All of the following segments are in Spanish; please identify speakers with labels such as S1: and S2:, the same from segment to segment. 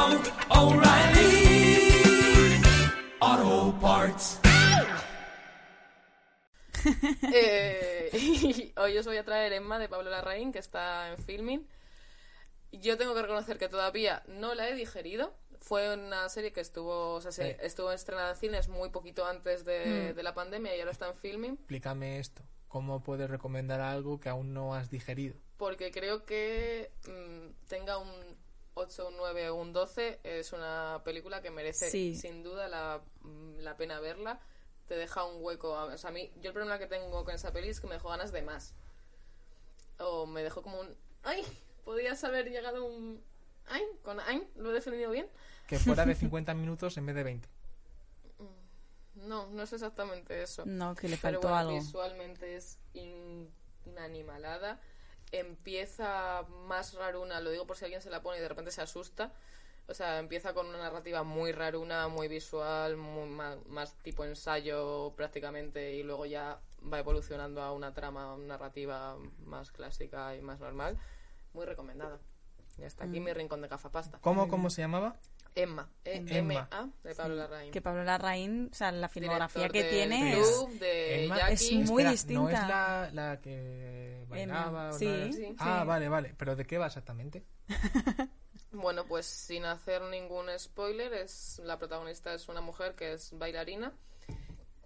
S1: oh, O'Reilly. Auto parts.
S2: Eh, y hoy os voy a traer Emma de Pablo Larraín, que está en filming. Yo tengo que reconocer que todavía no la he digerido. Fue una serie que estuvo, o sea, se-
S3: Sí.
S2: estuvo estrenada en cines muy poquito antes de, de la pandemia y ahora está en filming.
S3: Explícame esto. ¿Cómo puedes recomendar algo que aún no has digerido?
S2: Porque creo que mm, tenga un 8, un 9 o un 12. Es una película que merece
S4: Sí.
S2: sin duda la, mm, la pena verla. Te deja un hueco. a- O sea, a mí, yo el problema que tengo con esa peli es que me dejó ganas de más. O me dejó como un. ¡Ay! Podrías haber llegado un. ¡Ay! Con ¡Ay! ¿Lo he definido bien?
S3: Que fuera de 50 minutos en vez de 20.
S2: No, no es exactamente eso.
S4: No, que le
S2: Pero
S4: faltó
S2: bueno,
S4: algo.
S2: visualmente es in- una animalada. Empieza más raruna, lo digo por si alguien se la pone y de repente se asusta. O sea, empieza con una narrativa muy raruna, muy visual, muy ma- más, tipo ensayo prácticamente y luego ya va evolucionando a una trama narrativa más clásica y más normal. Muy recomendada. Y hasta
S4: Mm.
S2: aquí mi rincón de gafapasta.
S3: ¿Cómo, cómo se llamaba?
S2: Emma, E-
S3: Emma.
S2: M-A, de Pablo Larraín.
S4: Que Pablo Larraín, o sea, la filmografía
S2: Director
S4: que
S2: del
S4: tiene
S3: es-
S2: club, de
S3: Emma
S2: Jackie.
S4: es muy
S3: ¿No es
S4: distinta.
S3: la, la que bailaba? o
S4: sí.
S3: no era?
S2: Sí.
S3: Ah,
S2: Sí.
S3: vale, vale. ¿Pero de qué va exactamente?
S2: Bueno, pues sin hacer ningún spoiler, es la protagonista es una mujer que es bailarina,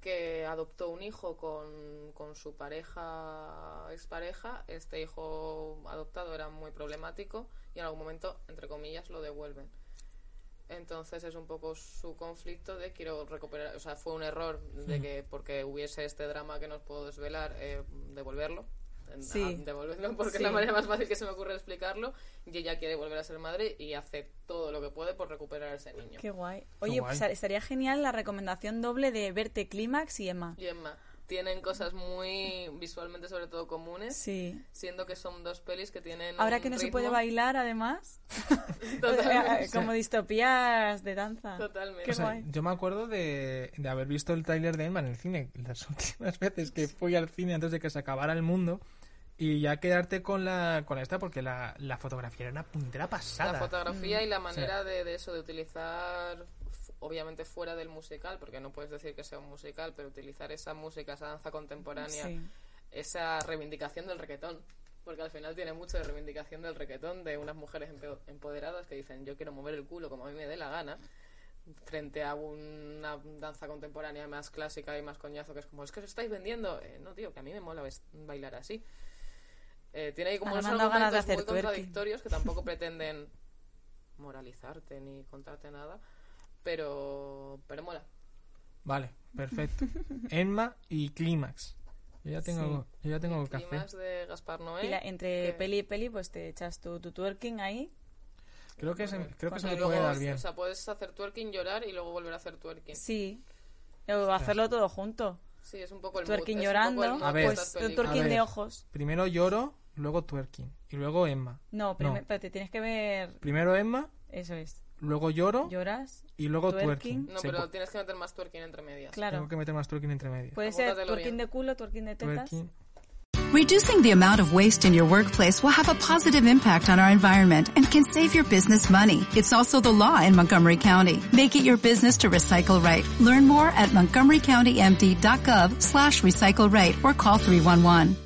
S2: que adoptó un hijo con, con su pareja, expareja. Este hijo adoptado era muy problemático y en algún momento, entre comillas, lo devuelven. Entonces es un poco su conflicto de quiero recuperar, o sea, fue un error de que porque hubiese este drama que nos puedo desvelar, eh, devolverlo. En-
S4: Sí.
S2: a- devolverlo porque es
S4: Sí.
S2: la manera más fácil que se me ocurre explicarlo. Y ella quiere volver a ser madre y hace todo lo que puede por recuperar a ese niño.
S4: Qué guay. Oye,
S3: guay.
S4: pues estaría genial la recomendación doble de verte Clímax y Emma.
S2: Y Emma, tienen cosas muy visualmente sobre todo comunes,
S4: Sí.
S2: siendo que son dos pelis que tienen...
S4: Ahora
S2: un
S4: que no se
S2: ritmo
S4: puede bailar, además.
S2: Totalmente.
S4: Como distopías de danza.
S2: Totalmente.
S4: Qué
S3: O sea,
S4: guay.
S3: yo me acuerdo de, de haber visto el tráiler de Endman en el cine las últimas veces que fui al cine antes de que se acabara el mundo y ya quedarte con la con esta porque la, la fotografía era una puntera pasada.
S2: La fotografía y la manera de, de eso, de utilizar, f- obviamente fuera del musical, porque no puedes decir que sea un musical, pero utilizar esa música, esa danza contemporánea,
S4: Sí.
S2: esa reivindicación del reggaetón. Porque al final tiene mucho de reivindicación del reggaetón, de unas mujeres empe- empoderadas que dicen yo quiero mover el culo como a mí me dé la gana, frente a una danza contemporánea más clásica y más coñazo, que es como, es que os estáis vendiendo. Eh, no, tío, que a mí me mola ves- bailar así. Eh, tiene ahí como
S4: Ahora
S2: unos
S4: me han dado ganas de
S2: argumentos muy
S4: hacer twerking.
S2: contradictorios que tampoco pretenden moralizarte ni contarte nada, pero, pero mola.
S3: Vale, perfecto. Enma y Clímax. Yo ya tengo, yo ya tengo café.
S2: Primas de Gaspar Noé.
S4: Y la- entre
S2: que-
S4: peli y peli, pues te echas tu, tu twerking ahí.
S3: Creo que se, creo que se
S2: Y
S3: me
S2: luego,
S3: puede dar bien.
S2: o sea, puedes hacer twerking, llorar y luego volver a hacer twerking.
S4: Sí. O hacerlo todo junto.
S2: Sí, es un poco el
S4: Twerking
S2: mood, es un
S4: llorando.
S2: poco el mood de
S3: A ver.
S2: estas
S4: pues tu
S2: películas.
S3: A
S4: twerking
S3: ver.
S4: de ojos.
S3: Primero lloro, luego twerking y luego Emma.
S4: No, pero, pero te tienes que ver.
S3: Primero Emma,
S4: Eso es.
S3: luego lloro
S4: Lloras.
S3: y luego
S4: twerking.
S3: twerking.
S2: No,
S3: Se
S2: pero
S3: po-
S2: tienes que meter más twerking entre medias.
S4: Claro.
S3: Tengo que meter más twerking entre medias.
S4: Puede ser
S2: Apúntatelo
S4: twerking
S2: bien.
S4: de culo, twerking de tetas.
S3: Twerking.
S5: Reducing the amount of waste in your workplace will have a positive impact on our environment and can save your business money. It's also the law in Montgomery County. Make it your business to recycle right. Learn more at montgomerycountymd.gov slash recycle right or call 311.